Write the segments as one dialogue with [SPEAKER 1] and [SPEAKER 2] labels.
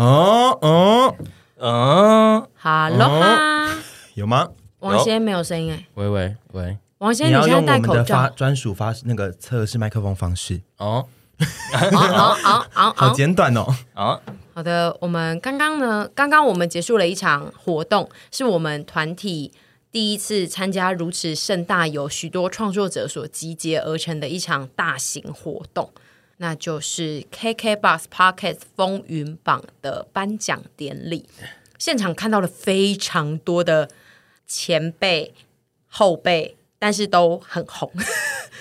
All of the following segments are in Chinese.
[SPEAKER 1] 哦哦，
[SPEAKER 2] 嗯，
[SPEAKER 3] 哈喽哈，
[SPEAKER 1] 有吗？
[SPEAKER 3] 王先没有声音哎，
[SPEAKER 2] 喂喂喂，
[SPEAKER 3] 王先
[SPEAKER 1] 你要
[SPEAKER 3] 现
[SPEAKER 1] 用
[SPEAKER 3] 在
[SPEAKER 1] 我
[SPEAKER 3] 戴
[SPEAKER 1] 们
[SPEAKER 3] 口
[SPEAKER 1] 的
[SPEAKER 3] 罩
[SPEAKER 1] 发，专属发那个测试麦克风方式，
[SPEAKER 2] 哦
[SPEAKER 3] 昂昂昂昂
[SPEAKER 1] 好
[SPEAKER 3] 昂。
[SPEAKER 1] 简短哦。
[SPEAKER 2] 哦，
[SPEAKER 3] 好的，我们刚刚呢，刚刚我们结束了一场活动，是我们团体第一次参加如此盛大、由许多创作者所集结而成的一场大型活动，那就是 KKBox Pocket 风云榜的颁奖典礼。现场看到了非常多的前辈、后辈，但是都很红。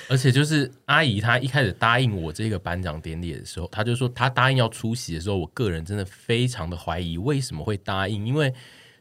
[SPEAKER 2] 而且就是阿姨她一开始答应我这个颁奖典礼的时候，她就说她答应要出席的时候，我个人真的非常的怀疑为什么会答应，因为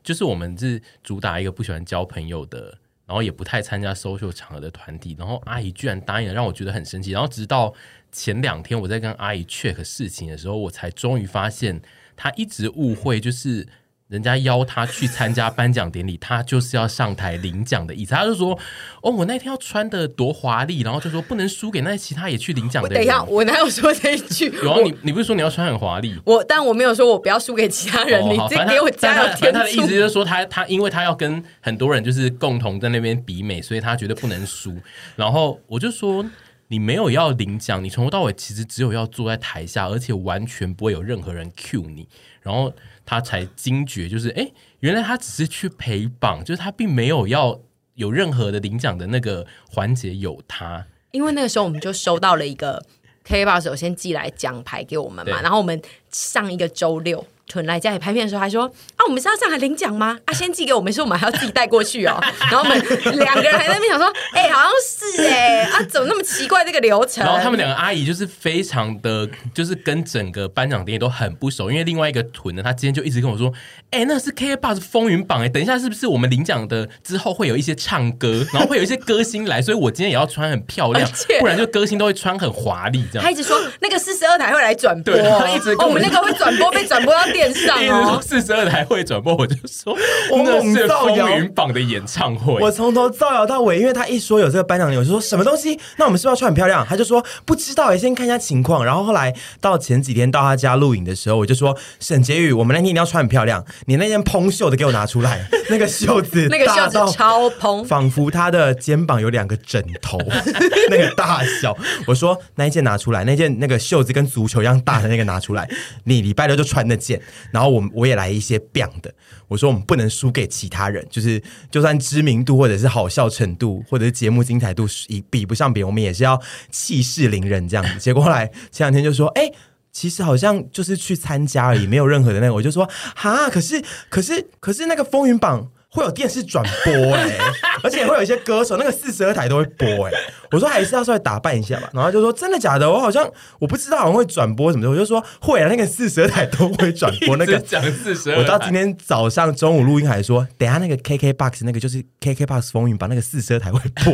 [SPEAKER 2] 就是我们是主打一个不喜欢交朋友的，然后也不太参加 social 场合的团体，然后阿姨居然答应了，让我觉得很生气。然后直到前两天我在跟阿姨 check 事情的时候，我才终于发现她一直误会，就是人家邀她去参加颁奖典礼，她就是要上台领奖的意思。她就说：“哦，我那天要穿的多华丽，然后就说不能输给那些其他也去领奖的
[SPEAKER 3] 等
[SPEAKER 2] 人。”
[SPEAKER 3] 一下，我哪有说这一句？
[SPEAKER 2] 有啊，
[SPEAKER 3] 我
[SPEAKER 2] 你你不是说你要穿很华丽？
[SPEAKER 3] 我，但我没有说我不要输给其他人，
[SPEAKER 2] 哦
[SPEAKER 3] 你
[SPEAKER 2] 好
[SPEAKER 3] 自己
[SPEAKER 2] 反正
[SPEAKER 3] 给我
[SPEAKER 2] 他
[SPEAKER 3] 加油
[SPEAKER 2] 反正
[SPEAKER 3] 添
[SPEAKER 2] 他的意
[SPEAKER 3] 醋
[SPEAKER 2] 思就是说他，他因为他要跟很多人就是共同在那边比美，所以他觉得不能输。然后我就说，你没有要领奖，你从头到尾其实只有要坐在台下，而且完全不会有任何人 cue 你。然后他才惊觉，就是哎，诶原来他只是去陪榜，就是他并没有要有任何的领奖的那个环节有他。
[SPEAKER 3] 因为那个时候我们就收到了一个 K b o 首先寄来奖牌给我们嘛，
[SPEAKER 2] 对
[SPEAKER 3] 然后我们上一个周六。屯来家里拍片的时候还说啊，我们是要上来领奖吗？啊，先寄给我们，说我们还要自己带过去 哦。然后我们两个人还在那边想说，哎、好像是哎、啊，怎么那么奇怪这个流程？
[SPEAKER 2] 然后他们两个阿姨就是非常的，就是跟整个颁奖典礼都很不熟，因为另外一个屯呢，他今天就一直跟我说：“哎、那是 K Bus 风云榜哎、等一下是不是我们领奖的之后会有一些唱歌，然后会有一些歌星来，所以我今天也要穿很漂亮
[SPEAKER 3] 而且，
[SPEAKER 2] 不然就歌星都会穿很华丽这
[SPEAKER 3] 他
[SPEAKER 2] 样。”
[SPEAKER 3] 一直说那个四十二台会来转播、
[SPEAKER 2] 对
[SPEAKER 3] 哦
[SPEAKER 2] 他一直跟
[SPEAKER 3] 哦我
[SPEAKER 2] 我
[SPEAKER 3] 们
[SPEAKER 2] 们
[SPEAKER 3] 那个会转播，被转播到电视上
[SPEAKER 2] 一直
[SPEAKER 3] 哦
[SPEAKER 2] 说。四十二台会转播，我就说
[SPEAKER 1] 我
[SPEAKER 2] 那
[SPEAKER 1] 猛
[SPEAKER 2] 是
[SPEAKER 1] 造谣
[SPEAKER 2] 风云榜的演唱会。
[SPEAKER 1] 我从头造谣到尾，因为他一说有这个颁奖礼，我就说什么东西？那我们是不是要穿很漂亮？他就说不知道，也先看一下情况。然后后来到前几天到他家录影的时候，我就说沈婕妤，我们那天一定要穿很漂亮，你那件蓬袖的给我拿出来， 那个袖子
[SPEAKER 3] 那个袖
[SPEAKER 1] 大到
[SPEAKER 3] 子超蓬，
[SPEAKER 1] 仿佛他的肩膀有两个枕头， 那个大小。我说那一件拿出来，那件那个袖子跟足球一样大的那个拿出来，你礼拜六就穿那件。然后我们我也来一些 b 的，我说我们不能输给其他人，就是就算知名度或者是好笑程度或者是节目精彩度比比不上别人，我们也是要气势凌人这样子。结果后来前两天就说，哎、其实好像就是去参加而已，没有任何的那个。我就说哈，可是可是可是那个风云榜会有电视转播哎、 而且会有一些歌手，那个四十二台都会播哎、我说还是要稍微打扮一下吧。然后他就说真的假的？我好像我不知道，好像会转播什么的。我就说会啊，那个四十二台都会转播那
[SPEAKER 2] 一
[SPEAKER 1] 个
[SPEAKER 2] 直。讲 四十二，
[SPEAKER 1] 我到今天早上中午录音还说，等一下那个 KKBOX 那个就是 KKBOX 风云榜那个四十二台会 播，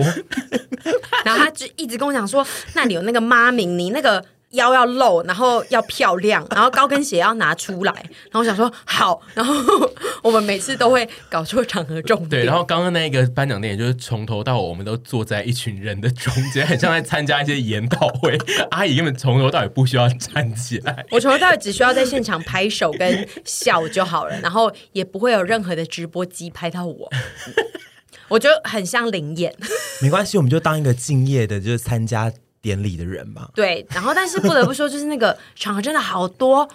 [SPEAKER 3] 然后他就一直跟我讲说，那里有那个妈明，你那个腰要露，然后要漂亮，然后高跟鞋要拿出来。然后我想说好，然后我们每次都会搞错场合重点。
[SPEAKER 2] 对，然后刚刚那个颁奖典礼就是从头到尾，我们都坐在一群人的中间，很像在参加一些研讨会。阿姨根本从头到尾不需要站起来。
[SPEAKER 3] 我从头到尾只需要在现场拍手跟笑就好了，然后也不会有任何的直播机拍到我。我就很像灵眼，
[SPEAKER 1] 没关系，我们就当一个敬业的，就是参加典礼的人嘛。
[SPEAKER 3] 对，然后但是不得不说，就是那个场合真的好多，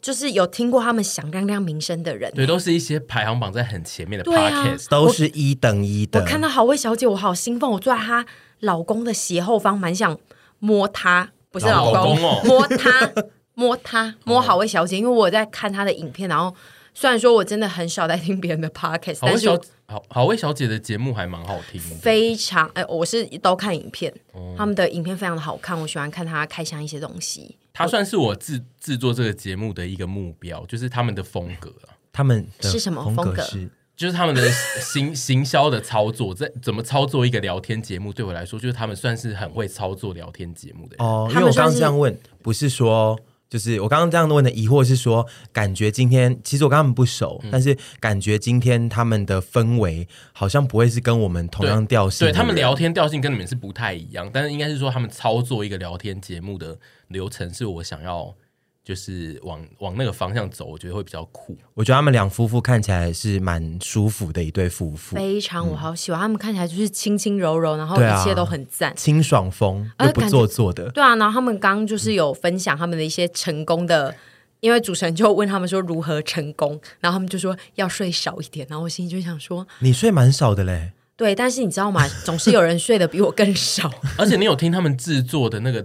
[SPEAKER 3] 就是有听过他们响亮亮名声的人，
[SPEAKER 2] 对，都是一些排行榜在很前面的
[SPEAKER 3] 对啊
[SPEAKER 2] podcast，、
[SPEAKER 1] 都是一等一的。
[SPEAKER 3] 我看到好味小姐，我好兴奋，我坐在她老公的斜后方，蛮想摸她，不是
[SPEAKER 2] 老
[SPEAKER 3] 老公，
[SPEAKER 2] 公哦
[SPEAKER 3] 摸她，摸她，摸好味小姐，因为我有在看她的影片，然后虽然说我真的很少在听别人的 podcast，
[SPEAKER 2] 好
[SPEAKER 3] 但
[SPEAKER 2] 味
[SPEAKER 3] 是
[SPEAKER 2] 小
[SPEAKER 3] 我
[SPEAKER 2] 好好味小姐的节目还蛮好听的。
[SPEAKER 3] 非常哎、我是都看影片，他们的影片非常的好看，我喜欢看她开箱一些东西。
[SPEAKER 2] 她算是我制制作这个节目的一个目标，就是他们的风格啊，
[SPEAKER 1] 他们的
[SPEAKER 3] 是什么
[SPEAKER 1] 风
[SPEAKER 3] 风格
[SPEAKER 1] 是
[SPEAKER 2] 就是他们的行 行销的操作，在怎么操作一个聊天节目，对我来说，就是他们算是很会操作聊天节目的人。
[SPEAKER 1] 哦，因
[SPEAKER 3] 他
[SPEAKER 1] 为
[SPEAKER 3] 们
[SPEAKER 1] 我
[SPEAKER 3] 算
[SPEAKER 1] 刚刚
[SPEAKER 3] 是
[SPEAKER 1] 这样问，不是说。就是我刚刚这样问的疑惑是说，感觉今天其实我跟他们不熟，
[SPEAKER 2] 嗯
[SPEAKER 1] 但是感觉今天他们的氛围好像不会是跟我们同样调性的人
[SPEAKER 2] 对他们聊天调性跟你们是不太一样，但是应该是说他们操作一个聊天节目的流程是我想要就是往往那个方向走，我觉得会比较 酷。
[SPEAKER 1] 我觉得他们两夫妇看起来是蛮舒服的一对夫妇，
[SPEAKER 3] 非常我好喜欢，他们看起来就是轻轻柔柔，然后
[SPEAKER 1] 嗯对啊
[SPEAKER 3] 一切都很赞。
[SPEAKER 1] 清爽风
[SPEAKER 3] 呃
[SPEAKER 1] 又不做作的。
[SPEAKER 3] 对啊，然后他们刚就是有分享他们的一些成功的，因为主持人就问他们说如何成功，然后他们就说要睡少一点，然后我心里就想说，
[SPEAKER 1] 你睡蛮少的嘞，
[SPEAKER 3] 对，但是你知道吗？总是有人睡得比我更少，
[SPEAKER 2] 而且你有听他们制作的那个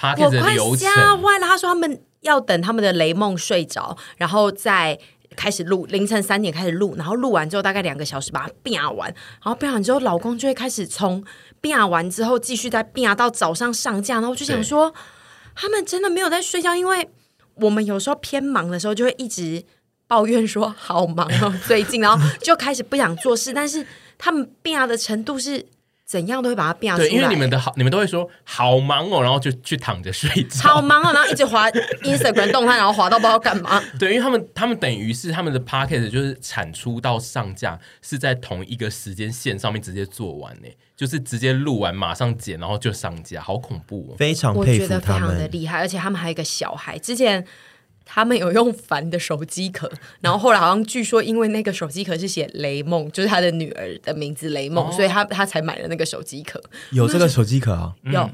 [SPEAKER 2] p a r t
[SPEAKER 3] 我
[SPEAKER 2] y 的
[SPEAKER 3] 快
[SPEAKER 2] 流程，
[SPEAKER 3] 吓坏了。他说他们要等他们的雷梦睡着，然后再。开始录，凌晨三点开始录，然后录完之后大概两个小时把它变完，然后变完之后，老公就会开始从变完之后继续再变到早上上架，然后我就想
[SPEAKER 2] 对
[SPEAKER 3] 说，他们真的没有在睡觉，因为我们有时候偏忙的时候就会一直抱怨说好忙哦，最近，然后就开始不想做事，但是他们变的程度是怎样都会把它变出来，
[SPEAKER 2] 对，因为你们的好，你们都会说好忙哦，然后就去躺着睡
[SPEAKER 3] 超
[SPEAKER 2] 觉。
[SPEAKER 3] 忙啊，然后一直滑 Instagram 动态，然后滑到不知道干嘛。
[SPEAKER 2] 对，因为他们他们等于是他们的 p a c k a g e 就是产出到上架是在同一个时间线上面直接做完呢，就是直接录完马上剪，然后就上架，好恐怖哦！
[SPEAKER 1] 非常
[SPEAKER 3] 我
[SPEAKER 1] 佩
[SPEAKER 3] 觉
[SPEAKER 1] 服
[SPEAKER 3] 得非
[SPEAKER 1] 他
[SPEAKER 3] 常的
[SPEAKER 1] 们。
[SPEAKER 3] 厉害，而且他们还有一个小孩。之前他们有用凡的手机壳，然后后来好像据说因为那个手机壳是写雷梦，就是他的女儿的名字雷梦，
[SPEAKER 2] 哦
[SPEAKER 3] 所以他他才买了那个手机壳。
[SPEAKER 1] 有这个手机壳啊，
[SPEAKER 2] 嗯
[SPEAKER 3] 有，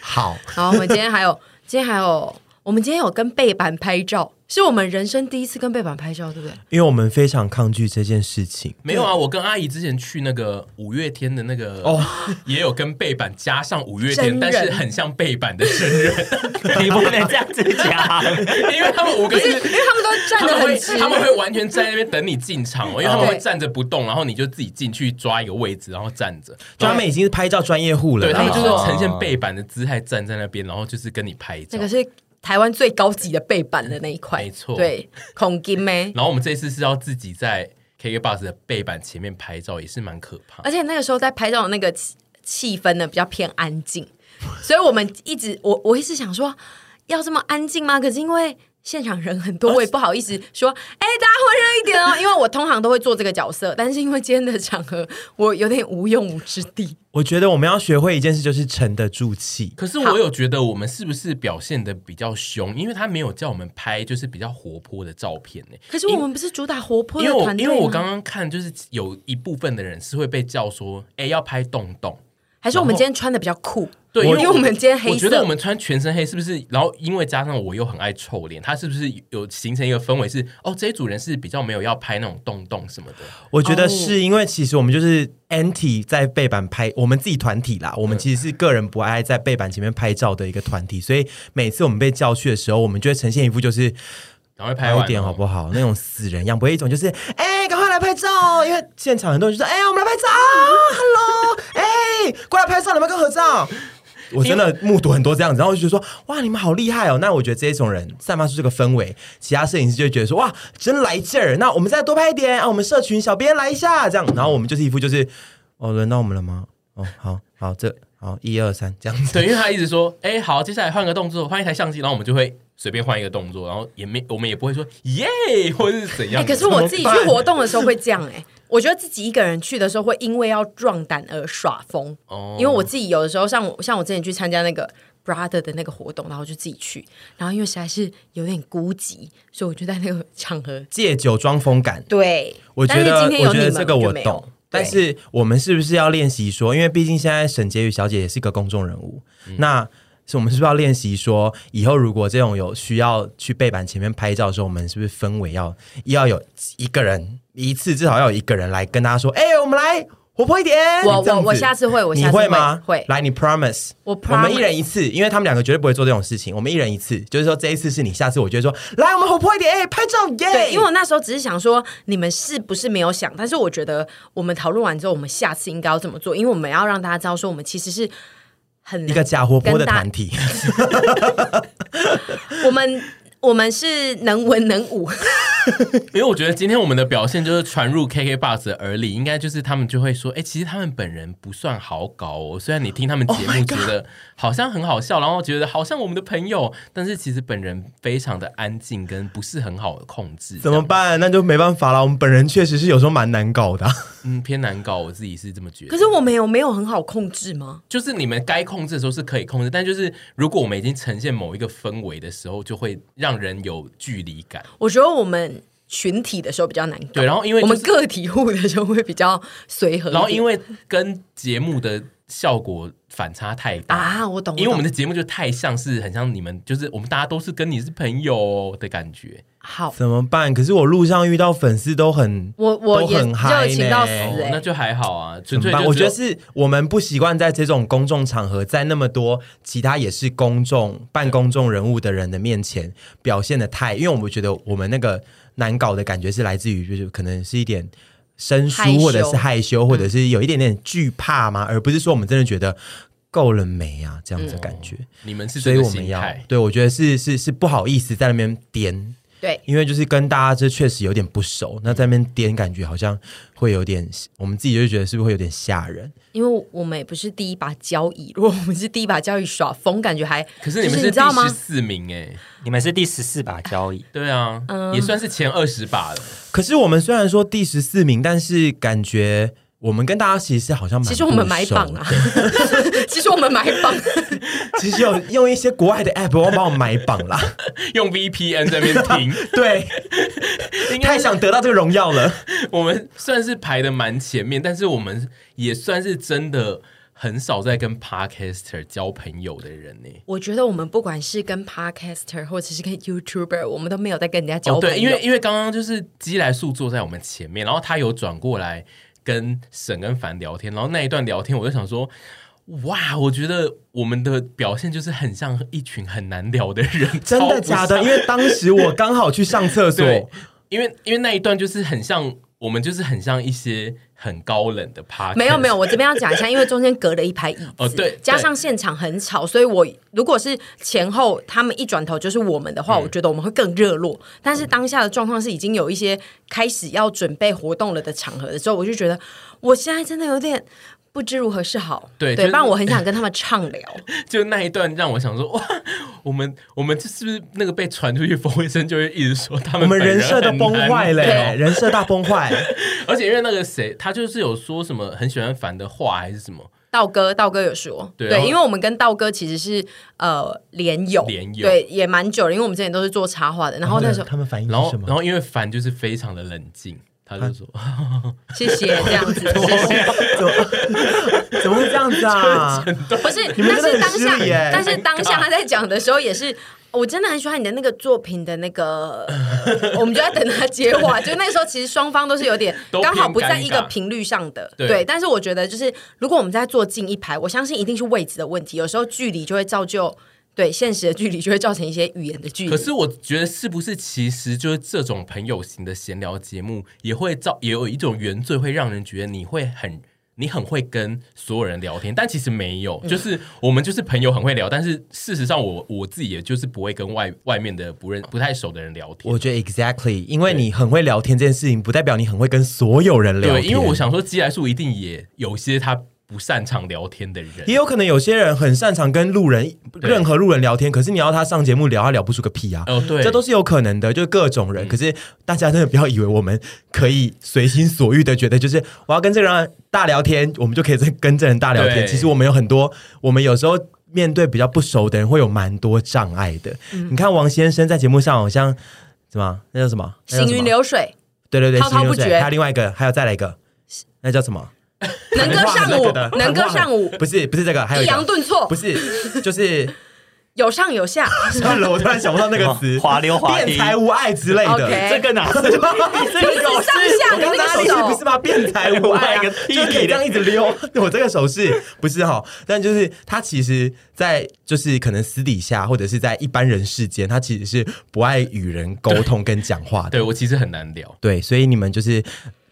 [SPEAKER 1] 好，
[SPEAKER 3] 然后我们今天还有今天还有我们今天有跟背板拍照，是我们人生第一次跟背板拍照，对不 对？
[SPEAKER 1] 因为我们非常抗拒这件事情。
[SPEAKER 2] 没有啊，我跟阿姨之前去那个五月天的那个
[SPEAKER 1] 哦
[SPEAKER 2] 哦，也有跟背板加上五月
[SPEAKER 3] 真人
[SPEAKER 2] 天，但是很像背板的真人，
[SPEAKER 4] 你不能这样子讲。
[SPEAKER 2] 因为他们五个 是
[SPEAKER 3] 因为他们都站
[SPEAKER 2] 他
[SPEAKER 3] 得
[SPEAKER 2] 们
[SPEAKER 3] 很
[SPEAKER 2] 会
[SPEAKER 3] 直，
[SPEAKER 2] 他们会完全站在那边等你进场哦，因为他们
[SPEAKER 3] 对
[SPEAKER 2] 会站着不动，然后你就自己进去抓一个位置，然后站着。
[SPEAKER 1] 就他们已经是拍照专业户了
[SPEAKER 2] 对
[SPEAKER 1] 啦，
[SPEAKER 2] 他们就是
[SPEAKER 4] 哦
[SPEAKER 2] 呈现背板的姿态站在那边，然后就是跟你拍照
[SPEAKER 3] 那。个是台湾最高级的背板的那一块，
[SPEAKER 2] 没错
[SPEAKER 3] 对，孔金妹。
[SPEAKER 2] 然后我们这次是要自己在 KK Bus 的背板前面拍照，也是蛮可怕。
[SPEAKER 3] 而且那个时候在拍照的那个气气氛呢比较偏安静，所以我们一直我我一直想说要这么安静吗？可是因为现场人很多，我也不好意思说，哎、大家活跃一点哦，因为我通常都会做这个角色，但是因为今天的场合，我有点无用武之地。
[SPEAKER 1] 我觉得我们要学会一件事，就是沉得住气。
[SPEAKER 2] 可是我有觉得我们是不是表现的比较凶？因为他没有叫我们拍就是比较活泼的照片呢、
[SPEAKER 3] 可是我们不是主打活泼
[SPEAKER 2] 因
[SPEAKER 3] 的
[SPEAKER 2] 为我
[SPEAKER 3] 团队
[SPEAKER 2] 因为
[SPEAKER 3] 吗
[SPEAKER 2] 我刚刚看就是有一部分的人是会被叫说，哎、要拍洞洞。
[SPEAKER 3] 还是我们今天穿的比较酷，
[SPEAKER 2] 对，
[SPEAKER 3] 因为我们今天黑
[SPEAKER 2] 我觉得
[SPEAKER 3] 色
[SPEAKER 2] 我。们穿全身黑是不是？然后因为加上我又很爱臭脸，它是不是有形成一个氛围是哦，这一组人是比较没有要拍那种洞洞什么的，
[SPEAKER 1] 我觉得是因为其实我们就是 anti 在背板拍，我们自己团体啦，我们其实是个人不爱在背板前面拍照的一个团体，所以每次我们被叫去的时候，我们就会呈现一副就是
[SPEAKER 2] 赶快拍
[SPEAKER 1] 拍一
[SPEAKER 2] 完
[SPEAKER 1] 点
[SPEAKER 2] 哦
[SPEAKER 1] 好不好那种死人样，不会一种就是哎赶快来拍照，因为现场很多人就说哎、我们来拍照，hello，哎、过来拍照，你们跟合 照。我真的目睹很多这样子，然后我就觉得说，哇，你们好厉害哦！那我觉得这种人散发出这个氛围，其他摄影师就会觉得说，哇，真来劲儿！那我们再多拍一点啊，我们社群小编来一下，这样，然后我们就是一副就是，哦，轮到我们了吗？哦，好好，这好一二三这样子，
[SPEAKER 2] 对，因为他一直说，哎、好，接下来换个动作，换一台相机，然后我们就会随便换一个动作，然后也没我们也不会说耶或者是怎
[SPEAKER 3] 哎、
[SPEAKER 2] 样的、
[SPEAKER 3] 可是我自己去活动的时候会这样哎、我觉得自己一个人去的时候会因为要壮胆而耍疯，
[SPEAKER 2] 哦
[SPEAKER 3] 因为我自己有的时候像我像我之前去参加那个 brother 的那个活动，然后就自己去，然后因为实在是有点孤寂，所以我就在那个场合
[SPEAKER 1] 借酒装疯感。
[SPEAKER 3] 对，
[SPEAKER 1] 我觉
[SPEAKER 3] 但是
[SPEAKER 1] 得，
[SPEAKER 3] 今天有
[SPEAKER 1] 我
[SPEAKER 3] 你
[SPEAKER 1] 觉得
[SPEAKER 3] 们
[SPEAKER 1] 这个
[SPEAKER 3] 就
[SPEAKER 1] 我
[SPEAKER 3] 没有
[SPEAKER 1] 懂。
[SPEAKER 3] 对
[SPEAKER 1] 但是我们是不是要练习说，因为毕竟现在沈婕妤小姐也是一个公众人物，
[SPEAKER 3] 嗯
[SPEAKER 1] 那是我们是不是要练习说，以后如果这种有需要去背板前面拍照的时候，我们是不是氛围要要有一个人一次至少要有一个人来跟大家说，哎、我们来活泼一点。
[SPEAKER 3] 我
[SPEAKER 1] 这样
[SPEAKER 3] 我我
[SPEAKER 1] 子
[SPEAKER 3] 下次会，我
[SPEAKER 1] 你
[SPEAKER 3] 下次
[SPEAKER 1] 会吗？
[SPEAKER 3] 会
[SPEAKER 1] 来，你 promise，
[SPEAKER 3] 我
[SPEAKER 1] 们
[SPEAKER 3] promise
[SPEAKER 1] 一人一次，因为他们两个绝对不会做这种事情。我们一人一次，就是说这一次是你，下次我就会说，来，我们活泼一点，哎、拍照耶。
[SPEAKER 3] 对，因为我那时候只是想说，你们是不是没有想？但是我觉得我们讨论完之后，我们下次应该要这么做，因为我们要让大家知道说，我们其实是很
[SPEAKER 1] 一个假活泼的
[SPEAKER 3] 跟大
[SPEAKER 1] 团体。
[SPEAKER 3] 我们我们是能文能武，
[SPEAKER 2] 因为我觉得今天我们的表现就是传入 KKBOX 的耳里，应该就是他们就会说，哎、其实他们本人不算好搞哦。虽然你听他们节
[SPEAKER 1] Oh my
[SPEAKER 2] 目
[SPEAKER 1] God
[SPEAKER 2] 觉得好像很好笑，然后觉得好像我们的朋友，但是其实本人非常的安静，跟不是很好的控制。
[SPEAKER 1] 怎么
[SPEAKER 2] 这样？
[SPEAKER 1] 办？那就没办法啦。我们本人确实是有时候蛮难搞 的啊、
[SPEAKER 2] 嗯，偏难搞，我自己是这么觉得。
[SPEAKER 3] 可是我们有没有很好控制吗？
[SPEAKER 2] 就是你们该控制的时候是可以控制，但就是如果我们已经呈现某一个氛围的时候，就会让人有距离感。
[SPEAKER 1] 哦
[SPEAKER 3] 我觉得我们群体的时候比较难搞，
[SPEAKER 2] 对，然后因为、
[SPEAKER 3] 我
[SPEAKER 2] 就是、
[SPEAKER 3] 们个体户的时候会比较随和一点。
[SPEAKER 2] 然后因为跟节目的效果反差太大
[SPEAKER 3] 啊，我懂，
[SPEAKER 2] 因为我们
[SPEAKER 3] 的
[SPEAKER 2] 的节目就太像是很像你们，就是我们大家都是跟你是朋友的感觉。
[SPEAKER 3] 好，
[SPEAKER 1] 怎么办？可是我路上遇到粉丝都很，
[SPEAKER 3] 我我
[SPEAKER 1] 都
[SPEAKER 3] 也
[SPEAKER 1] 很嗨
[SPEAKER 3] 热情到死
[SPEAKER 1] 呢
[SPEAKER 2] 哦
[SPEAKER 3] 哎、
[SPEAKER 2] 那就还好啊，纯
[SPEAKER 1] 怎么
[SPEAKER 2] 粹
[SPEAKER 1] 办？
[SPEAKER 2] 就
[SPEAKER 1] 我
[SPEAKER 2] 只
[SPEAKER 1] 觉
[SPEAKER 2] 有
[SPEAKER 1] 得是我们不习惯在这种公众场合，在那么多其他也是公众、半公众人物的人的面前表现的太，因为我们觉得我们那个难搞的感觉是来自于，就是可能是一点。生
[SPEAKER 3] 害
[SPEAKER 1] 疏，
[SPEAKER 3] 羞
[SPEAKER 1] 或者是害
[SPEAKER 2] 嗯
[SPEAKER 1] 羞，或者是有一点点惧怕吗？而不是说我们真的觉得够了没啊这样子的感觉。
[SPEAKER 2] 你们嗯是
[SPEAKER 1] 所
[SPEAKER 2] 这
[SPEAKER 1] 以
[SPEAKER 2] 个
[SPEAKER 1] 我
[SPEAKER 2] 心
[SPEAKER 1] 们要
[SPEAKER 2] 态。
[SPEAKER 1] 对，我觉得是是是不好意思在那边颠，
[SPEAKER 3] 对，
[SPEAKER 1] 因为就是跟大家这确实有点不熟，那在那边颠感觉好像会有点，我们自己就觉得是不是会有点吓人？
[SPEAKER 3] 因为我们也不是第一把交椅，如果我们是第一把交椅耍疯，感觉还
[SPEAKER 2] 可是你
[SPEAKER 3] 就
[SPEAKER 2] 们
[SPEAKER 3] 是
[SPEAKER 2] 是
[SPEAKER 3] 你知
[SPEAKER 2] 第
[SPEAKER 3] 道吗
[SPEAKER 2] 十四名哎、
[SPEAKER 4] 你们是第十四把交椅，
[SPEAKER 2] 对啊，
[SPEAKER 3] 嗯
[SPEAKER 2] 也算是前二十把了。
[SPEAKER 1] 可是我们虽然说第十四名，但是感觉我们跟大家其实是好像蛮
[SPEAKER 3] 其实我们买榜啊， 其实我们买榜，啊
[SPEAKER 1] 不熟的，其实有用一些国外的 app 我帮我们买榜 啦，
[SPEAKER 2] 用 VPN 在那边听，
[SPEAKER 1] 对，
[SPEAKER 2] 应该
[SPEAKER 1] 太
[SPEAKER 2] 是
[SPEAKER 1] 想得到这个荣耀了。
[SPEAKER 2] 我们算是排的蛮前面，但是我们也算是真的很少在跟 Podcaster 交朋友的人欸呢、
[SPEAKER 3] 我觉得我们不管是跟 podcaster 或者是跟 YouTuber，我们都没有在跟人家交
[SPEAKER 2] 哦，
[SPEAKER 3] 朋友，
[SPEAKER 2] 对，因为因为刚刚就是基来素坐在我们前面，然后他有转过来跟沈跟凡聊天，然后那一段聊天我就想说。哇，我觉得我们的表现就是很像一群很难聊的人，
[SPEAKER 1] 真的假的？因为当时我刚好去上厕所，
[SPEAKER 2] 对，因为因为那一段就是很像我们，就是很像一些很高冷的 p a r
[SPEAKER 3] 没有没有，我这边要讲一下，因为中间隔了一排椅子，
[SPEAKER 2] 哦对
[SPEAKER 3] 加上现场很吵，所以我如果是前后他们一转头就是我们的
[SPEAKER 2] 嗯
[SPEAKER 3] 话，我觉得我们会更热络。但是当下的状况是已经有一些开始要准备活动了的场合的时候，我就觉得我现在真的有点。不知如何是好，
[SPEAKER 2] 对
[SPEAKER 3] 对，
[SPEAKER 2] 就是
[SPEAKER 3] 不然我很想跟他们畅 聊。
[SPEAKER 2] 就那一段让我想说，哇，我们我们这是不是那个被传出去，冯慧生就会一直说他
[SPEAKER 1] 我
[SPEAKER 2] 们
[SPEAKER 1] 们
[SPEAKER 2] 本
[SPEAKER 1] 人设都
[SPEAKER 2] 很
[SPEAKER 1] 崩
[SPEAKER 2] 难
[SPEAKER 1] 坏了、
[SPEAKER 2] 聊
[SPEAKER 1] 人设大崩坏。
[SPEAKER 2] 而且因为那个谁，他就是有说什么很喜欢凡的话还是什么，
[SPEAKER 3] 道哥，道哥有说，
[SPEAKER 2] 对然后
[SPEAKER 3] 因为我们跟道哥其实是呃连友，
[SPEAKER 2] 连友哦
[SPEAKER 3] 对，也蛮久了，因为我们之前都是做插画的。 然后那时候
[SPEAKER 1] 他们反应
[SPEAKER 2] 然
[SPEAKER 1] 是
[SPEAKER 2] 后
[SPEAKER 1] 什么？
[SPEAKER 2] 然后因为凡就是非常的冷静，他就说，
[SPEAKER 3] 谢谢这样子，谢谢。
[SPEAKER 1] 怎么怎么会这样子 啊？
[SPEAKER 3] 不是，
[SPEAKER 1] 你们
[SPEAKER 3] 但
[SPEAKER 1] 真的
[SPEAKER 3] 是当
[SPEAKER 1] 很
[SPEAKER 3] 下
[SPEAKER 1] 失礼耶，
[SPEAKER 3] 但是当下他在讲的 时候也是。我真的很喜欢你的那个作品的那个，呃我们就在等他接话。就那时候，其实双方都是有 点
[SPEAKER 2] 都
[SPEAKER 3] 刚好
[SPEAKER 2] 偏
[SPEAKER 3] 不在
[SPEAKER 2] 尴
[SPEAKER 3] 一个
[SPEAKER 2] 尬
[SPEAKER 3] 频率上的，
[SPEAKER 2] 对
[SPEAKER 3] 对。但是我觉得，就是如果我们在坐近一排，我相信一定是位置的问题。有时候距离就会造就对现实的距离，就会造成一些语言的距离。
[SPEAKER 2] 可是我觉得是不是其实就是这种朋友型的闲聊节目，也会造也有一种原罪，会让人觉得你会很。你很会跟所有人聊天，但其实没有，就是我们就是朋友很会聊，但是事实上我我自己也就是不会跟外外面的不认不太熟的人聊天。
[SPEAKER 1] 我觉得 exactly，因为你很会聊天这件事情，不代表你很会跟所有人聊
[SPEAKER 2] 对，
[SPEAKER 1] 天。
[SPEAKER 2] 因为我想说，基来素一定也有些他不擅长聊天的人，
[SPEAKER 1] 也有可能有些人很擅长跟路人、
[SPEAKER 2] 对
[SPEAKER 1] 任何路人聊天，可是你要他上节目聊，他聊不出个屁啊。
[SPEAKER 2] 哦，对，嗯
[SPEAKER 1] 这都是有可能的，就是各种人。可是大家真的不要以为我们可以随心所欲的觉得，就是我要跟这个人大聊天，我们就可以再跟这人大聊天。
[SPEAKER 2] 对
[SPEAKER 1] 其实我们有很多，我们有时候面对比较不熟的人，会有蛮多障碍的。
[SPEAKER 2] 嗯
[SPEAKER 1] 你看王先生在节目上好像怎么啊，那叫什么？那叫
[SPEAKER 3] 行
[SPEAKER 1] 什
[SPEAKER 3] 云
[SPEAKER 1] 么
[SPEAKER 3] 流水，
[SPEAKER 1] 对对对，
[SPEAKER 3] 滔滔
[SPEAKER 1] 行流
[SPEAKER 3] 不
[SPEAKER 1] 水
[SPEAKER 3] 绝
[SPEAKER 1] 还有另外一个，还有再来一个，那叫什么？
[SPEAKER 3] 能歌
[SPEAKER 1] 谈话
[SPEAKER 3] 善
[SPEAKER 1] 那
[SPEAKER 3] 舞
[SPEAKER 1] 个的，
[SPEAKER 3] 能歌
[SPEAKER 1] 谈话
[SPEAKER 3] 善舞，
[SPEAKER 1] 不是不是这个，还有
[SPEAKER 3] 抑
[SPEAKER 1] 一
[SPEAKER 3] 扬
[SPEAKER 1] 个
[SPEAKER 3] 顿挫
[SPEAKER 1] 不，是，就是
[SPEAKER 3] 有上 有下。
[SPEAKER 1] 算了，我突然想不到那个词，
[SPEAKER 4] 滑溜滑梯
[SPEAKER 1] 辩才无碍之类的。
[SPEAKER 3] OK
[SPEAKER 4] 这个哪是？
[SPEAKER 3] 不是上下，
[SPEAKER 1] 我
[SPEAKER 3] 你
[SPEAKER 1] 刚
[SPEAKER 3] 那
[SPEAKER 1] 刚那
[SPEAKER 3] 个
[SPEAKER 1] 个手势不
[SPEAKER 3] 手
[SPEAKER 1] 是，吗？辩才无碍、啊，
[SPEAKER 4] 我还有一个屁
[SPEAKER 1] 就是可以这样一直 溜。我这个手势不是哈，但就是他其实，在就是可能私底下或者是在一般人世间，他其实是不爱与人沟通跟讲话的。
[SPEAKER 2] 对我其实很难聊。
[SPEAKER 1] 对，所以你们就是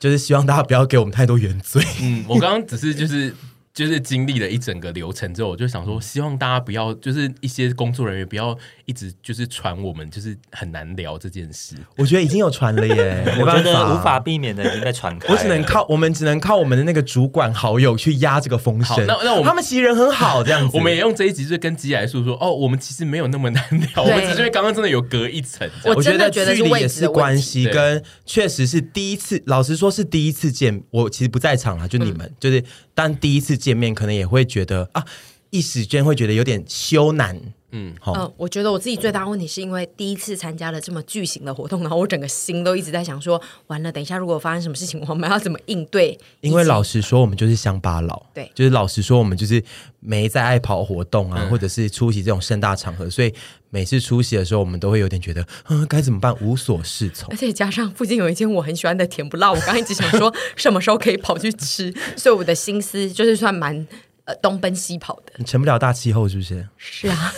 [SPEAKER 1] 就是希望大家不要给我们太多原罪。
[SPEAKER 2] 嗯，我刚刚只是就是就是经历了一整个流程之后，我就想说，希望大家不要，就是一些工作人员不要一直就是传我们，就是很难聊这件事。
[SPEAKER 1] 我觉得已经有传了耶，没
[SPEAKER 4] 我
[SPEAKER 1] 办
[SPEAKER 4] 觉得无法。避免的已经被传开了。
[SPEAKER 1] 我只能靠我们，只能靠我们的那个主管好友去压这个风声
[SPEAKER 2] 好。那那我们
[SPEAKER 1] 他们其实人很好，这样子。
[SPEAKER 2] 我们也用这一集就跟基来诉说，哦，我们其实没有那么难聊，我们
[SPEAKER 3] 对
[SPEAKER 2] 只是因为刚刚真的有隔一层。这
[SPEAKER 3] 我
[SPEAKER 2] 样
[SPEAKER 1] 我觉
[SPEAKER 3] 真的
[SPEAKER 1] 得
[SPEAKER 3] 觉得是
[SPEAKER 1] 距离
[SPEAKER 3] 位
[SPEAKER 1] 也
[SPEAKER 3] 置的
[SPEAKER 1] 是
[SPEAKER 3] 问
[SPEAKER 1] 关
[SPEAKER 3] 题
[SPEAKER 1] 系，
[SPEAKER 2] 对
[SPEAKER 1] 跟确实是第一次，老实说是第一次见，我其实不在场啦，就你们，就是但第一次见面，可能也会觉得啊，一时间会觉得有点羞难，嗯，好、
[SPEAKER 3] 嗯，我觉得我自己最大问题是因为第一次参加了这么巨型的活动，然后我整个心都一直在想说，完了，等一下如果发生什么事情，我们要怎么应对？
[SPEAKER 1] 因为老实说，我们就是乡巴佬，
[SPEAKER 3] 对嗯
[SPEAKER 1] 就是老实说，我们就是没在爱跑活动啊，或者是出席这种盛大场合，所以每次出席的时候，我们都会有点觉得，嗯，该怎么办，无所适从
[SPEAKER 3] 而。且加上附近有一间我很喜欢的甜不辣，我刚一直想 说什么时候可以跑去吃，所以我的心思就是算蛮呃东奔西跑的。
[SPEAKER 1] 你成不了大气候，是不是？
[SPEAKER 3] 是啊，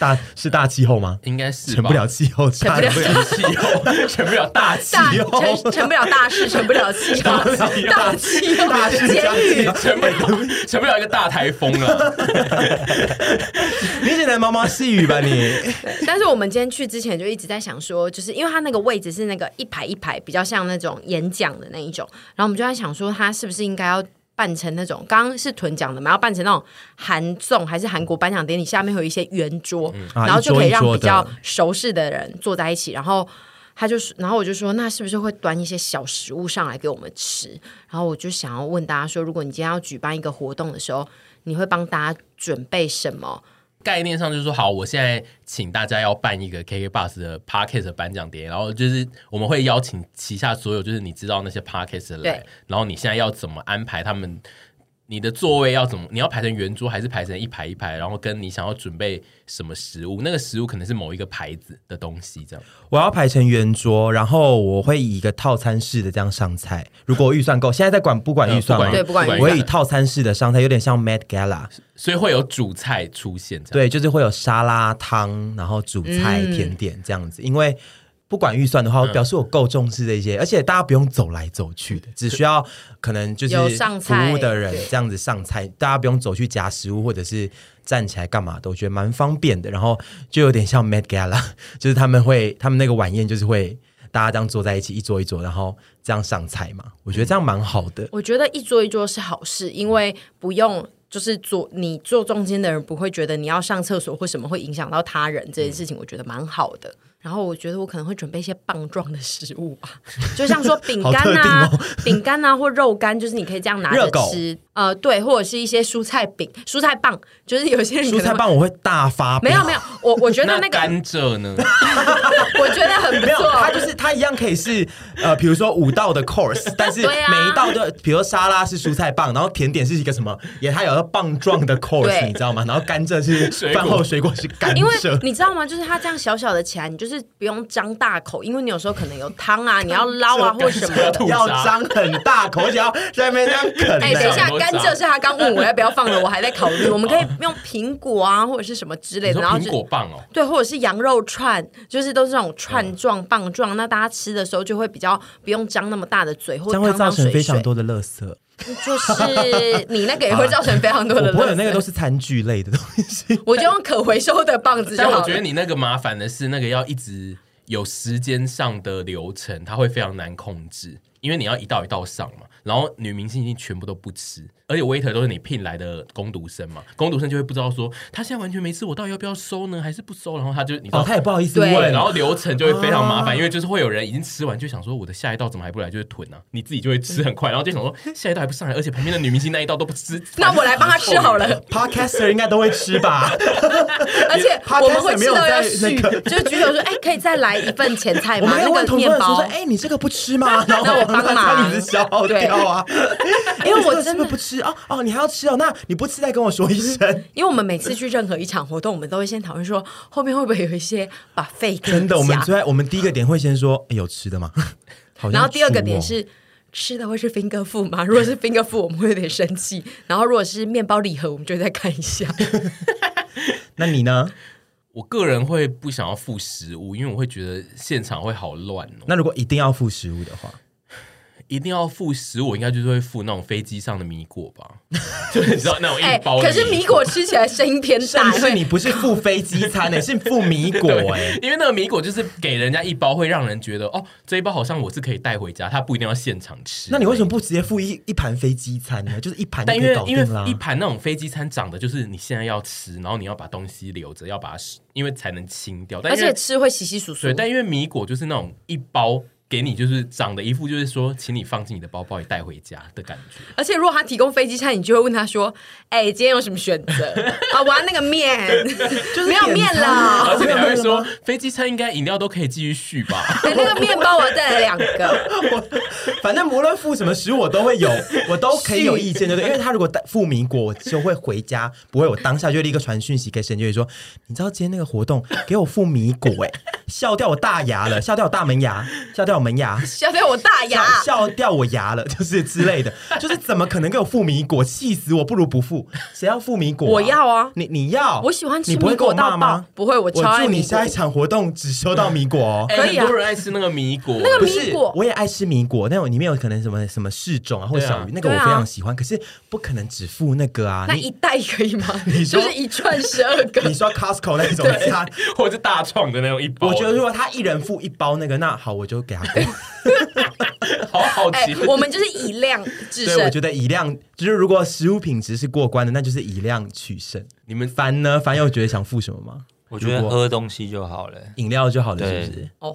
[SPEAKER 1] 大是大气候吗？
[SPEAKER 2] 应该是
[SPEAKER 1] 成
[SPEAKER 2] 吧
[SPEAKER 1] 不了气候，
[SPEAKER 3] 成不了
[SPEAKER 1] 大
[SPEAKER 2] 成不了气哦候，成不了大气，
[SPEAKER 3] 大
[SPEAKER 1] 气候
[SPEAKER 3] 成成不了大事，成不了气候， 大气候
[SPEAKER 1] 大事
[SPEAKER 3] 监狱。
[SPEAKER 2] 成不了，成不了一个大台风了。
[SPEAKER 1] 你只能毛毛细雨吧你？
[SPEAKER 3] 但是我们今天去之前就一直在想说，就是因为他那个位置是那个一排一排，比较像那种演讲的那一种，然后我们就在想说，他是不是应该要。办成那种，刚刚是屯讲的嘛，要办成那种韩综还是韩国颁奖典礼，下面会有一些圆桌，
[SPEAKER 1] 啊
[SPEAKER 3] 然后就可以
[SPEAKER 1] 一桌一
[SPEAKER 3] 让
[SPEAKER 1] 桌
[SPEAKER 3] 比
[SPEAKER 1] 的
[SPEAKER 3] 较熟识的人坐在一起。然后他就是，然后我就说，那是不是会端一些小食物上来给我们吃？然后我就想要问大家说，如果你今天要举办一个活动的时候，你会帮大家准备什么？
[SPEAKER 2] 概念上就是说，好，我现在请大家要办一个 KK Bus 的 Parkes 颁奖典礼，然后就是我们会邀请旗下所有就是你知道那些 Parkes 的来
[SPEAKER 3] 对，
[SPEAKER 2] 然后你现在要怎么安排他们？你的座位要怎么？你要排成圆桌还是排成一排一排？然后跟你想要准备什么食物？那个食物可能是某一个牌子的东西，这样。
[SPEAKER 1] 我要排成圆桌，然后我会以一个套餐式的这样上菜。如果我预算够，现在在管不管啊预算吗？
[SPEAKER 3] 对不管预算
[SPEAKER 1] 我会以套餐式的上菜，有点像 Mad Gala，
[SPEAKER 2] 所以会有主菜出现，这样。
[SPEAKER 1] 对，就是会有沙拉汤，然后主菜、
[SPEAKER 3] 嗯
[SPEAKER 1] 甜点这样子。因为不管预算的话，我表示我够重视这些，而且大家不用走来走去
[SPEAKER 3] 嗯
[SPEAKER 1] 的，只需要可能就是
[SPEAKER 3] 有上
[SPEAKER 1] 服
[SPEAKER 3] 菜
[SPEAKER 1] 务的人
[SPEAKER 3] 对
[SPEAKER 1] 这样子上菜，大家不用走去夹食物或者是站起来干嘛的，我觉得蛮方便的。然后就有点像 Mad Gala，就是他们会他们那个晚宴就是会。大家这样坐在一起，一桌一桌，然后这样上菜嘛，我觉得这样蛮好的。
[SPEAKER 3] 我觉得一桌一桌是好事，因为不用就是坐你坐中间的人不会觉得你要上厕所或什么会影响到他人
[SPEAKER 1] 嗯
[SPEAKER 3] 这件事情，我觉得蛮好的。然后我觉得我可能会准备一些棒状的食物吧，就像 说饼干啊、
[SPEAKER 1] 好特定哦
[SPEAKER 3] 饼干啊或肉干，就是你可以这样拿着
[SPEAKER 1] 热狗
[SPEAKER 3] 吃。呃，对，或者是一些蔬菜饼、蔬菜棒，就是有嗯些人可
[SPEAKER 1] 蔬
[SPEAKER 3] 能
[SPEAKER 1] 菜
[SPEAKER 3] 会
[SPEAKER 1] 棒我会大发
[SPEAKER 3] 没有
[SPEAKER 1] 飙
[SPEAKER 3] 没有，我我觉得那个
[SPEAKER 2] 甘蔗呢？
[SPEAKER 3] 我觉得很不
[SPEAKER 1] 没有，
[SPEAKER 3] 错，
[SPEAKER 1] 它就是它一样可以是呃，比如说五道的 course，但是
[SPEAKER 3] 对啊
[SPEAKER 1] 每一道都，比如说沙拉是蔬菜棒，然后甜点是一个什么，也它有个棒状的 course，
[SPEAKER 3] 对
[SPEAKER 1] 你知道吗？然后甘蔗是
[SPEAKER 2] 水果
[SPEAKER 1] 饭后水果是甘
[SPEAKER 3] 因为
[SPEAKER 1] 蔗。
[SPEAKER 3] 你知道吗？就是它这样小小的起来，你就是不用张大口，因为你有时候可能有汤啊， 你要捞啊或什么的。
[SPEAKER 2] 吐
[SPEAKER 1] 要
[SPEAKER 2] 沙
[SPEAKER 1] 张很大口，而且要在那边这样啃、
[SPEAKER 3] 哎、等一下
[SPEAKER 2] 很，多
[SPEAKER 3] 甘蔗是他刚问我要不要放的，我还在考虑。我们可以用苹果啊，或者是什么之类
[SPEAKER 2] 你
[SPEAKER 3] 的，
[SPEAKER 2] 说
[SPEAKER 3] 然后
[SPEAKER 2] 苹
[SPEAKER 3] 就
[SPEAKER 2] 果棒哦，
[SPEAKER 3] 对，或者是羊肉串，就是都是这种
[SPEAKER 2] 嗯
[SPEAKER 3] 串状、棒状，那大家吃的时候就会比较不用张那么大的嘴，或
[SPEAKER 1] 这样会
[SPEAKER 3] 汤
[SPEAKER 1] 造
[SPEAKER 3] 汤
[SPEAKER 1] 成
[SPEAKER 3] 水
[SPEAKER 1] 非常
[SPEAKER 3] 水。
[SPEAKER 1] 多的垃圾。
[SPEAKER 3] 就是你那个也会造成非常多
[SPEAKER 1] 我
[SPEAKER 3] 的
[SPEAKER 1] 不会有
[SPEAKER 3] 乐
[SPEAKER 1] 那个都
[SPEAKER 3] 色。
[SPEAKER 1] 是餐具类的东西。
[SPEAKER 3] 我就用可回收的棒子就
[SPEAKER 2] 但
[SPEAKER 3] 好了。
[SPEAKER 2] 我觉得你那个麻烦的是，那个要一直有时间上的流程，它会非常难控制，因为你要一道一道上嘛。然后女明星已经全部都不吃，而且 waiter 都是你聘来的工读生嘛，工读生就会不知道说他现在完全没吃，我到底要不要收呢，还是不收？然后他就你知道
[SPEAKER 1] 哦，他也不好意思
[SPEAKER 3] 对
[SPEAKER 2] 对，
[SPEAKER 1] 问
[SPEAKER 2] 然。后流程就会非常麻
[SPEAKER 3] 啊
[SPEAKER 2] 烦，因为就是会有人已经吃完，就想说我的下一道怎么还不来，就会囤啊，你自己就会吃很快，然后就想说下一道还不上来，而且旁边的女明星那一道都不吃，
[SPEAKER 3] 那我来帮他吃好 了。
[SPEAKER 1] Podcaster 应该都会吃吧？
[SPEAKER 3] 而且我们会吃到
[SPEAKER 1] Podcast
[SPEAKER 3] 要
[SPEAKER 1] 没
[SPEAKER 3] 续，
[SPEAKER 1] 有在那
[SPEAKER 3] 就是举手说，哎、可以再来一份前菜
[SPEAKER 1] 我们？
[SPEAKER 3] 吗
[SPEAKER 1] 还要
[SPEAKER 3] 那
[SPEAKER 1] 问
[SPEAKER 3] 个
[SPEAKER 1] 同
[SPEAKER 3] 面
[SPEAKER 1] 桌的时候
[SPEAKER 3] 包
[SPEAKER 1] 说：“，哎、你这个不吃 吗？”然
[SPEAKER 3] 那
[SPEAKER 1] 后
[SPEAKER 3] 我帮
[SPEAKER 1] 把
[SPEAKER 3] 忙
[SPEAKER 1] 餐子消耗掉啊。
[SPEAKER 3] 因为我
[SPEAKER 1] 这个是
[SPEAKER 3] 真
[SPEAKER 1] 不
[SPEAKER 3] 的
[SPEAKER 1] 是不吃哦哦，你还要吃哦？那你不吃再跟我说一声。
[SPEAKER 3] 因为我们每次去任何一场活动，我们都会先讨论说，后面会不会有一些把费
[SPEAKER 1] 真的，我们最爱我们第一个点会先说哎有吃的吗？ 好像
[SPEAKER 3] 然后第二个
[SPEAKER 1] 猪哦
[SPEAKER 3] 点是。吃的会是 finger food 吗？如果是 finger food，我们会有点生气。然后如果是面包礼盒，我们就会再看一下。
[SPEAKER 1] 那你呢？
[SPEAKER 2] 我个人会不想要付食物，因为我会觉得现场会好乱哦。
[SPEAKER 1] 那如果一定要付食物的话，
[SPEAKER 2] 一定要付食，我应该就是会付那种飞机上的米果吧， 就是你知道那种
[SPEAKER 3] 哎、
[SPEAKER 2] 一包的。
[SPEAKER 3] 可是米果吃起来声音偏
[SPEAKER 1] 但
[SPEAKER 3] 大，
[SPEAKER 1] 是啊
[SPEAKER 3] 会
[SPEAKER 1] 你不是付飞机 餐呢，是付米果哎。
[SPEAKER 2] 因为那个米果就是给人家一包，会让人觉得哦，这一包好像我是可以带回家，它不一定要现场吃。
[SPEAKER 1] 那你为什么不直接付一一盘飞机餐呢？就是一盘就
[SPEAKER 2] 但
[SPEAKER 1] 可
[SPEAKER 2] 因为
[SPEAKER 1] 以搞
[SPEAKER 2] 因为
[SPEAKER 1] 定啦
[SPEAKER 2] 一。盘那种飞机餐长的就是你现在要吃，然后你要把东西留着，要把它吃因为才能清掉。但
[SPEAKER 3] 而
[SPEAKER 2] 因为
[SPEAKER 3] 且吃会稀稀疏疏
[SPEAKER 2] 对，。但因为米果就是那种一包给你，就是长的一副就是说，请你放进你的包包里带回家的感觉。
[SPEAKER 3] 而且如果他提供飞机餐，你就会问他说：“哎、今天有什么选 择啊？我要那个面， 没有面
[SPEAKER 1] 啊
[SPEAKER 3] 了。
[SPEAKER 2] 而且你还
[SPEAKER 1] 没有
[SPEAKER 2] 会
[SPEAKER 1] 了
[SPEAKER 2] 说
[SPEAKER 1] 吗，
[SPEAKER 2] 飞机餐应该饮料都可以继续续 吧？
[SPEAKER 3] 哎，那个面包我再来两个，
[SPEAKER 1] 反正无论付什么食，我都会 有，我都可以有意见，对不对？因为他如果带付米果，我就会回家，不会，我当下就立刻传讯息给沈月说，你知道今天那个活动给我付米果、 欸，笑掉我大牙了，笑掉我大门牙，笑掉我门牙。
[SPEAKER 3] 小掉我大
[SPEAKER 1] 笑
[SPEAKER 3] 牙。
[SPEAKER 1] 笑掉我牙了， 就是之类的，就是怎么可能给我付米果？气死我！不如不付，谁要付米果、
[SPEAKER 3] 我要啊
[SPEAKER 1] 你你要，
[SPEAKER 3] 我喜欢吃
[SPEAKER 1] 你不会
[SPEAKER 3] 米
[SPEAKER 1] 跟我
[SPEAKER 3] 果
[SPEAKER 1] 骂
[SPEAKER 3] 到爆
[SPEAKER 1] 吗？，
[SPEAKER 3] 不会，我
[SPEAKER 1] 我
[SPEAKER 3] 超爱
[SPEAKER 1] 祝你
[SPEAKER 3] 米果
[SPEAKER 1] 下。一场活动只收到米果 哦。
[SPEAKER 2] 哎
[SPEAKER 3] 可以啊
[SPEAKER 2] 很多人爱吃那个米果，
[SPEAKER 3] 那个
[SPEAKER 1] 不
[SPEAKER 3] 米
[SPEAKER 1] 是
[SPEAKER 3] 果，
[SPEAKER 1] 我也爱吃米果，那种里面有可能什么什么柿种啊，或者小鱼，
[SPEAKER 2] 对啊
[SPEAKER 1] 那个我
[SPEAKER 3] 对啊
[SPEAKER 1] 非常喜欢。可是不可能只付那个啊，
[SPEAKER 3] 那一
[SPEAKER 1] 你
[SPEAKER 3] 袋可以吗？
[SPEAKER 1] 你
[SPEAKER 3] 就
[SPEAKER 1] 说
[SPEAKER 3] 是一串十二
[SPEAKER 1] 你
[SPEAKER 3] 个，
[SPEAKER 1] 说 Costco 那 种家，
[SPEAKER 4] 哦
[SPEAKER 2] 或者是大创的那种一包。
[SPEAKER 1] 我觉得如果他一人付一包那个，那好，我就给 他过。
[SPEAKER 2] 好好
[SPEAKER 3] 哎、
[SPEAKER 2] 奇，
[SPEAKER 3] 我们就是以量制
[SPEAKER 1] 对，我
[SPEAKER 3] 胜。
[SPEAKER 1] 觉得以量就是如果食物品质是过关的，那就是以量取胜。
[SPEAKER 2] 你们
[SPEAKER 1] 凡呢？凡有觉得想付什么吗？
[SPEAKER 4] 我觉得
[SPEAKER 1] 如果
[SPEAKER 4] 喝东西就好了。
[SPEAKER 1] 饮料就好了，
[SPEAKER 4] 对
[SPEAKER 1] 是不是？
[SPEAKER 3] 哦，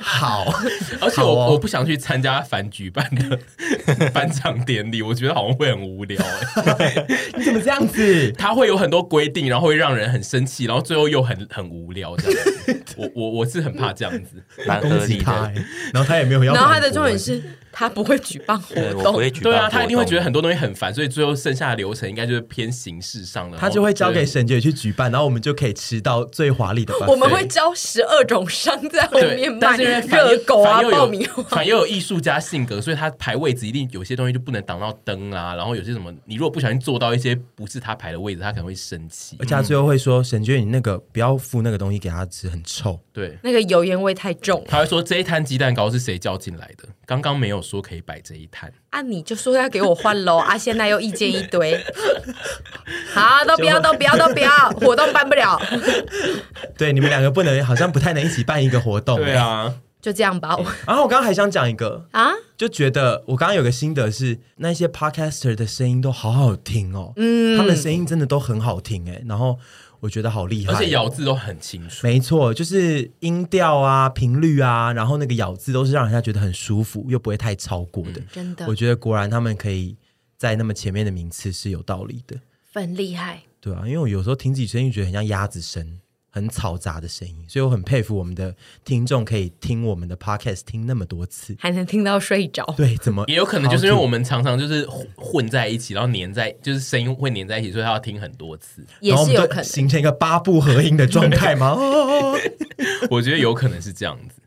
[SPEAKER 1] 好，
[SPEAKER 2] 而且
[SPEAKER 1] 好哦
[SPEAKER 2] 我我不想去参加凡举办的 颁奖典礼，我觉得好像会很无聊、欸。
[SPEAKER 1] 你怎么这样子？
[SPEAKER 2] 他会有很多规定，然后会让人很生气，然后最后又很很无聊 这样子。我我我是很怕这样子。
[SPEAKER 4] 蛮合
[SPEAKER 1] 攻击
[SPEAKER 4] 理
[SPEAKER 1] 他、
[SPEAKER 4] 的。哦
[SPEAKER 1] 欸，然后他也没有要反驳欸。
[SPEAKER 3] 然后他的重点是他不会举办活
[SPEAKER 4] 对，我不
[SPEAKER 3] 动，
[SPEAKER 4] 会举办
[SPEAKER 2] 对啊，
[SPEAKER 4] 活动
[SPEAKER 2] 他一定会觉得很多东西很烦，所以最后剩下的流程应该就是偏形式上了。
[SPEAKER 1] 他就会交给
[SPEAKER 2] 然后
[SPEAKER 1] 沈姐去举办，然后我们就可以吃到最华丽的 buffet。
[SPEAKER 3] 我们会招十二种商在后
[SPEAKER 2] 对
[SPEAKER 3] 面卖
[SPEAKER 2] 但是因为反
[SPEAKER 3] 热狗啊
[SPEAKER 2] 反、又有
[SPEAKER 3] 爆米花。
[SPEAKER 2] 反又有艺术家性格，所以他排位置一定有些东西就不能挡到灯啊，然后有些什么，你如果不小心坐到一些不是他排的位置，他可能会生气
[SPEAKER 1] 而。且他最后会说：“沈娟，你那个不要付那个东西给他吃，很臭。
[SPEAKER 2] 对，
[SPEAKER 3] 那个油烟味太重
[SPEAKER 2] 他会说这一摊鸡蛋糕是谁叫进来的？刚刚没有说可以摆这一摊。
[SPEAKER 3] 啊！你就说要给我换喽啊！现在又意见一 堆，好，都不要，都不要，都不要，活动办不了，”
[SPEAKER 1] 对，你们两个不能，好像不太能一起办一个活动。
[SPEAKER 2] 对。啊，
[SPEAKER 3] 就这样吧。我
[SPEAKER 1] 然后我刚刚还想讲一个，
[SPEAKER 3] 啊，
[SPEAKER 1] 就觉得我刚刚有个心得是，那些 podcaster 的声音都好好听哦，嗯，他们的声音真的都很好听哎，然后我觉得好厉害，
[SPEAKER 2] 而且咬字都很清楚。
[SPEAKER 1] 没错，就是音调啊、频率啊，然后那个咬字都是让人家觉得很舒服，又不会太超过的。
[SPEAKER 3] 真的
[SPEAKER 1] 我觉得果然他们可以在那么前面的名次是有道理的，
[SPEAKER 3] 很厉害，
[SPEAKER 1] 对啊，因为我有时候听自己声音，觉得很像鸭子声，很嘈杂的声音，所以我很佩服我们的听众可以听我们的 podcast 听那么多次。
[SPEAKER 3] 还能听到睡着。
[SPEAKER 1] 对，怎么
[SPEAKER 2] 也有可能就是因为我们常常就是混混在一起，然后粘在，就是声音会粘在一起，所以他要听很多次。
[SPEAKER 3] 也
[SPEAKER 1] 然后我
[SPEAKER 3] 是
[SPEAKER 1] 们
[SPEAKER 3] 有
[SPEAKER 1] 就
[SPEAKER 3] 可 能。
[SPEAKER 1] 形成一个八部合音的状态吗？哦哦哦哦
[SPEAKER 2] 我觉得有可能是这样子。